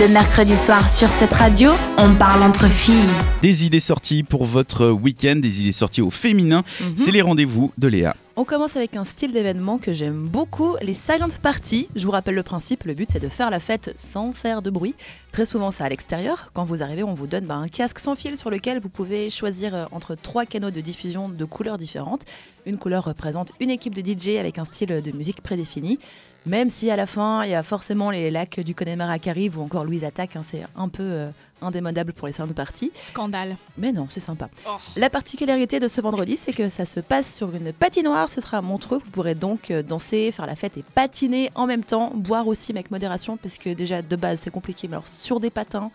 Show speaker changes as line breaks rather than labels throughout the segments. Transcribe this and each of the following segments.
Le mercredi soir sur cette radio, on parle entre filles.
Des idées sorties pour votre week-end, des idées sorties au féminin.
Mhm.
C'est les rendez-vous de Léa.
On commence avec un style d'événement que j'aime beaucoup, les silent parties. Je vous rappelle le principe, le but c'est de faire la fête sans faire de bruit. Très souvent c'est à l'extérieur. Quand vous arrivez, on vous donne bah, un casque sans fil sur lequel vous pouvez choisir euh, entre trois canaux de diffusion de couleurs différentes. Une couleur représente une équipe de DJ avec un style de musique prédéfini. Même si à la fin il y a forcément les lacs du Connemara qui arrivent ou encore Louise Attaque, hein, c'est un peu euh, indémodable pour les silent parties.
Scandale.
Mais non, c'est sympa.
Oh.
La particularité de ce vendredi, c'est que ça se passe sur une patinoire. Ce sera à Montreux. Vous pourrez donc euh, danser, faire la fête et patiner en même temps. Boire aussi, mais avec modération, parce que déjà de base c'est compliqué. Mais alors sur des patins,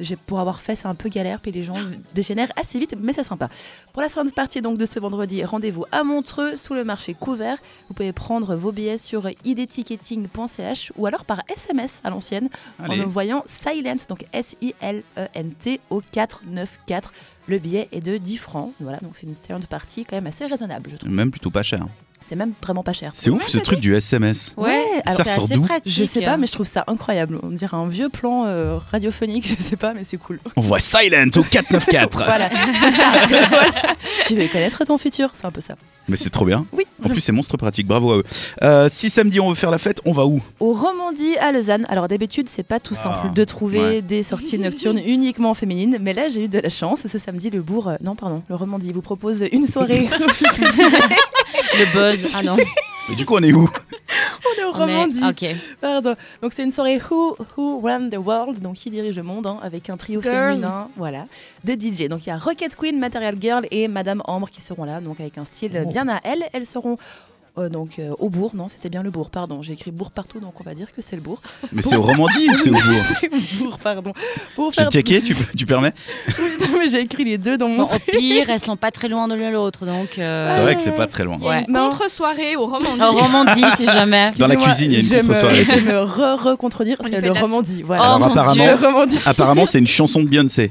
j'ai- pour avoir fait, c'est un peu galère. Puis les gens dégénèrent assez vite, mais c'est sympa. Pour la seconde partie donc de ce vendredi, rendez-vous à Montreux sous le marché couvert. Vous pouvez prendre vos billets sur idticketing.ch ou alors par SMS à l'ancienne en
Allez.
nous voyant Silent, donc S-I-L-E-N-T E au 494. Le billet est de 10 francs. Voilà, donc c'est une séance de partie quand même assez raisonnable, je trouve.
Même plutôt pas cher.
C'est même vraiment pas cher.
C'est ouf ce truc du SMS.
Ouais, alors
ressort d'où
pratique.
je sais pas, mais je trouve ça incroyable. On dirait un vieux plan euh, radiophonique, je sais pas, mais c'est cool.
On voit Silent au 494.
Voilà, c'est ça. Voilà. Tu veux connaître ton futur, c'est un peu ça.
Mais c'est trop bien.
Oui.
En plus, c'est monstre pratique. Bravo à eux. Euh, si samedi on veut faire la fête, on va où
Au Romandie à Lausanne. Alors d'habitude, c'est pas tout
Ah,
simple de trouver
ouais.
des sorties nocturnes uniquement féminines, mais là j'ai eu de la chance. Ce samedi, le bourg, euh, non pardon, le Romandie vous propose une soirée.
Le buzz. Ah non.
Mais Du coup, on est où
On est au
On est-
Romandie.
Ok.
Pardon. Donc c'est une soirée Who Who Run the World, donc qui dirige le monde, hein, avec un trio
Girls.
féminin, voilà, de DJ. Donc il y a Rocket Queen, Material Girl et Madame Ambre qui seront là, donc avec un style euh, bien à elles. Elles seront euh, donc euh, au bourg, non, c'était bien le bourg, pardon. J'ai écrit bourg partout, donc on va dire que c'est le bourg.
Mais c'est au Romandie ou c'est au bourg
C'est au bourg, pardon. Pour
J'ai
faire.
checké, tu, peux- tu permets
Non, mais j'ai écrit les deux dans mon.
Bon, au pire, elles sont pas très loin de l'une à l'autre, donc. euh,
C'est vrai que c'est pas très loin.
Il y a une
Non.
contre-soirée au Romandie.
En Romandie, si jamais.
Dans la
Excusez-moi,
cuisine, il y a une
je vais me-
contre-soirée.
Je vais me re- recontredire,
On lui
c'est
fait
le
de la-
Romandie. Voilà.
Oh
Alors,
mon
apparemment,
le Romandie.
Apparemment, c'est une chanson de Beyoncé.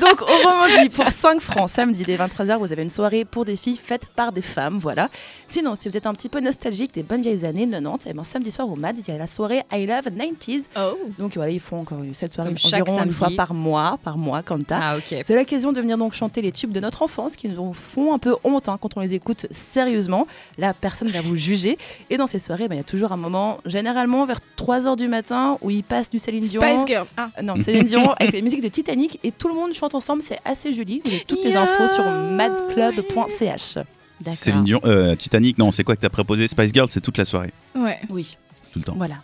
Donc, au Romandie, pour 5 francs, samedi dès 23h, vous avez une soirée pour des filles faite par des femmes, voilà. Sinon, si vous êtes un petit peu nostalgique des bonnes vieilles années 90, et ben, samedi soir au MAD, il y a la soirée I Love 90s.
Oh.
Donc, voilà, ils font encore une- cette soirée
Comme chaque
environ une
samedi.
fois par mois, par mois, comme ça.
Ah, ok.
C'est l'occasion de venir donc chanter les tubes de notre enfance qui nous font un peu honte hein, quand on les écoute sérieusement. Là, personne va vous juger. Et dans ces soirées, ben, il y a toujours un moment, généralement vers 3h du matin, où ils passent du Céline Dion.
Spice Girl. Ah.
Euh, Non, Céline Dion avec les musiques de Titanic et tout le monde chante ensemble, c'est assez joli. Vous avez toutes les infos sur madclub.ch.
D'accord.
Céline Dion, euh, Titanic, non, c'est quoi que t'as proposé Spice Girl, c'est toute la soirée,
Ouais.
Oui.
tout le temps.
Voilà.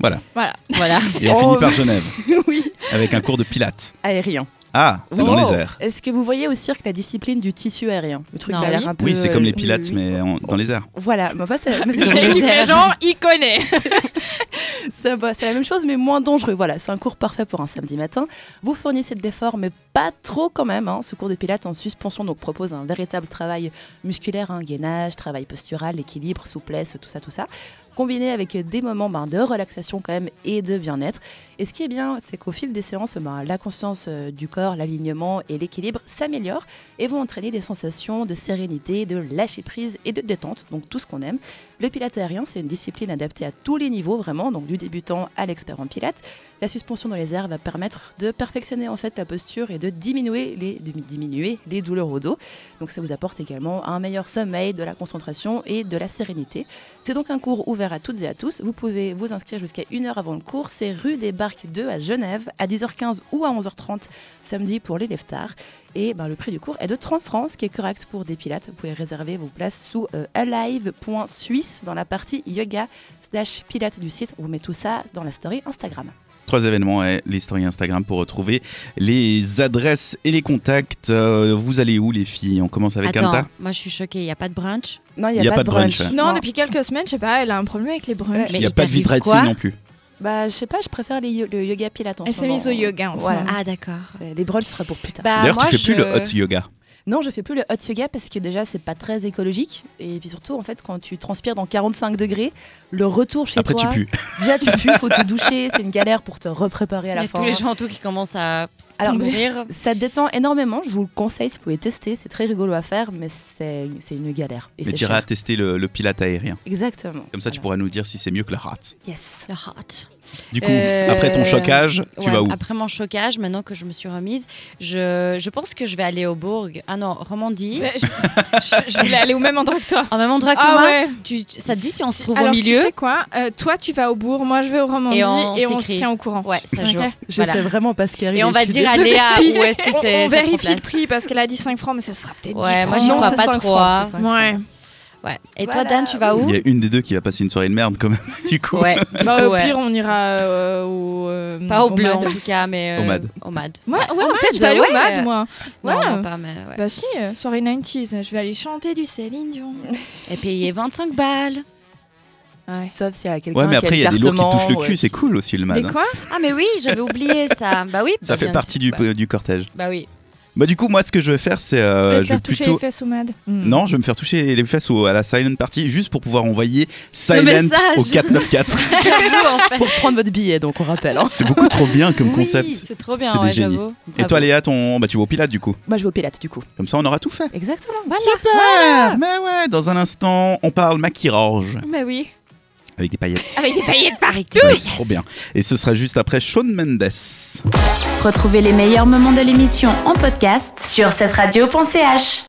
Voilà.
Voilà.
Et elle
Oh.
finit par Genève,
oui.
avec un cours de pilates.
Aérien.
Ah, c'est
Oui.
dans
Oh.
les airs.
Est-ce que vous voyez au cirque la discipline du tissu aérien Le truc
Non,
qui a l'air
oui.
un peu.
Oui, c'est comme les
euh,
pilates,
oui.
mais en- dans les airs.
Voilà, Bah, bah, c'est- mais c'est
Dans les airs.
gens y connaît.
Ça va, c'est la même chose, mais moins dangereux. Voilà, c'est un cours parfait pour un samedi matin. Vous fournissez de l'effort, mais pas trop quand même. hein. Ce cours de pilates en suspension donc propose un véritable travail musculaire, hein, gainage, travail postural, équilibre, souplesse, tout ça, tout ça. Combiné avec des moments ben, de relaxation quand même et de bien-être. Et ce qui est bien, c'est qu'au fil des séances, ben, la conscience euh, du corps, l'alignement et l'équilibre s'améliorent et vont entraîner des sensations de sérénité, de lâcher prise et de détente, donc tout ce qu'on aime. Le pilate aérien, c'est une discipline adaptée à tous les niveaux, vraiment, donc du débutant à l'expert en pilates. La suspension dans les airs va permettre de perfectionner en fait la posture et de diminuer les, de diminuer les douleurs au dos. Donc ça vous apporte également un meilleur sommeil, de la concentration et de la sérénité. C'est donc un cours ouvert à toutes et à tous. Vous pouvez vous inscrire jusqu'à une heure avant le cours. C'est rue des Barques 2 à Genève à 10h15 ou à 11h30 samedi pour les lève-tard. Et ben, le prix du cours est de 30 francs, ce qui est correct pour des pilates. Vous pouvez réserver vos places sous euh, alive.suisse dans la partie yoga slash pilates du site. On vous met tout ça dans la story Instagram.
Trois événements et l'historien Instagram pour retrouver les adresses et les contacts. Euh, vous allez où les filles On commence avec
Attends,
Anta
moi je suis choquée, il n'y a pas de brunch.
Non, il
Y a pas de brunch, ouais.
Non, depuis quelques semaines, je sais pas, elle a un problème avec les brunchs.
Mais
Il n'y a
il
pas de
t'arrive
vitrette
quoi
non plus.
Bah, je sais pas, je préfère les yo- le yoga pilates en
Elle
ce
s'est mise au
moment.
yoga en ce
Voilà.
moment.
Ah, d'accord.
Euh, Les brunchs, ce sera pour plus tard.
Bah,
D'ailleurs,
moi,
tu fais
je...
plus le hot yoga.
Non, je fais plus le hot yoga parce que déjà, c'est pas très écologique. Et puis surtout, en fait, quand tu transpires dans 45 degrés, le retour chez
Après,
toi.
tu pues.
Déjà, tu pues, faut te doucher, c'est une galère pour te repréparer à
Il
la
y a
fin.
hein.
tous les gens autour qui commencent à
Alors,
tomber.
Rire.
ça détend énormément. Je vous le conseille si vous pouvez tester. C'est très rigolo à faire, mais c'est c'est une galère. Et
Mais
c'est
tu iras
cher.
tester le, le pilate aérien.
Exactement.
Comme ça, tu pourras
Voilà.
nous dire si c'est mieux que la rate.
Yes.
Le hot.
Du coup,
Euh,
après ton chocage, tu
Ouais, Ah,
vas où
Après mon chocage, maintenant que je me suis remise, je, je pense que je vais aller au Bourg. Ah non, Romandie.
Mais Je, je- je voulais aller au même endroit que toi.
En même endroit que
Ah
moi.
ouais.
Tu, tu- ça te dit si on se trouve
Alors
au milieu
tu sais quoi Euh, Toi tu vas au bourg, moi je vais au Romandie
Et on
et on se
s'écrit.
tient au courant.
Ouais, ça
Ok.
joue.
Je
Voilà.
sais vraiment pas ce qui arrive.
Et on va
Ah, je suis
dire à
désolée.
Léa où est-ce que
On,
c'est.
on
ça prend
vérifie le
place.
prix parce qu'elle a dit 5 francs mais ce sera peut-être
Ouais,
10
moi
francs.
j'y
Non,
crois
c'est
pas
cinq
trop.
francs,
hein.
c'est cinq
Ouais.
Ouais. Et toi
Voilà.
Dan, tu vas où
Il y a une des deux qui va passer une soirée de merde quand même. Du coup,
Ouais. du
Bah,
coup,
au
ouais.
pire, on ira euh, au. euh,
Pas au bleu en
Mad.
tout cas, mais. euh,
Au Mad.
Au Mad.
Moi, ouais, en
Mad,
fait, je vais aller
ouais.
au MAD, moi. Ouais.
Non, non, pas, mais ouais.
Bah, si, euh, soirée 90s, je vais aller chanter du Céline Dion.
Et payer 25 balles.
Ouais.
Sauf s'il y a quelqu'un
ouais, mais
qui a
après, il y a des lourds qui
cartement,
touchent le
ouais,
cul, c'est cool aussi le
Des
man. hein.
quoi
Ah, mais oui, j'avais oublié ça. Bah oui.
Ça
bah,
fait
bien
partie du,
sûr. Bah,
du cortège.
Bah oui.
Bah, du coup, moi, ce que je vais faire, c'est. euh,
Je vais te
je vais
faire toucher
plutôt.
les fesses au MAD.
Mm.
Non, je vais me faire toucher les fesses au- à la Silent Party juste pour pouvoir envoyer Silent
message.
au 494.
Pour prendre votre billet, donc on rappelle. hein.
c'est beaucoup trop bien comme concept.
Oui, c'est trop bien,
C'est des
ouais,
génies.
j'avoue.
Et
Bravo.
toi, Léa, ton... bah, tu vas au Pilate du coup.
Moi, je vais au Pilate, du coup.
Comme ça, on aura tout fait.
Exactement.
Voilà.
Super Mais ouais, dans un instant, on parle maquillage
Bah oui.
avec des paillettes.
Avec des paillettes partout.
Ah,
Ça va être trop bien. Et ce sera juste après Shawn Mendes.
Retrouvez les meilleurs moments de l'émission en podcast sur cette radio.ch.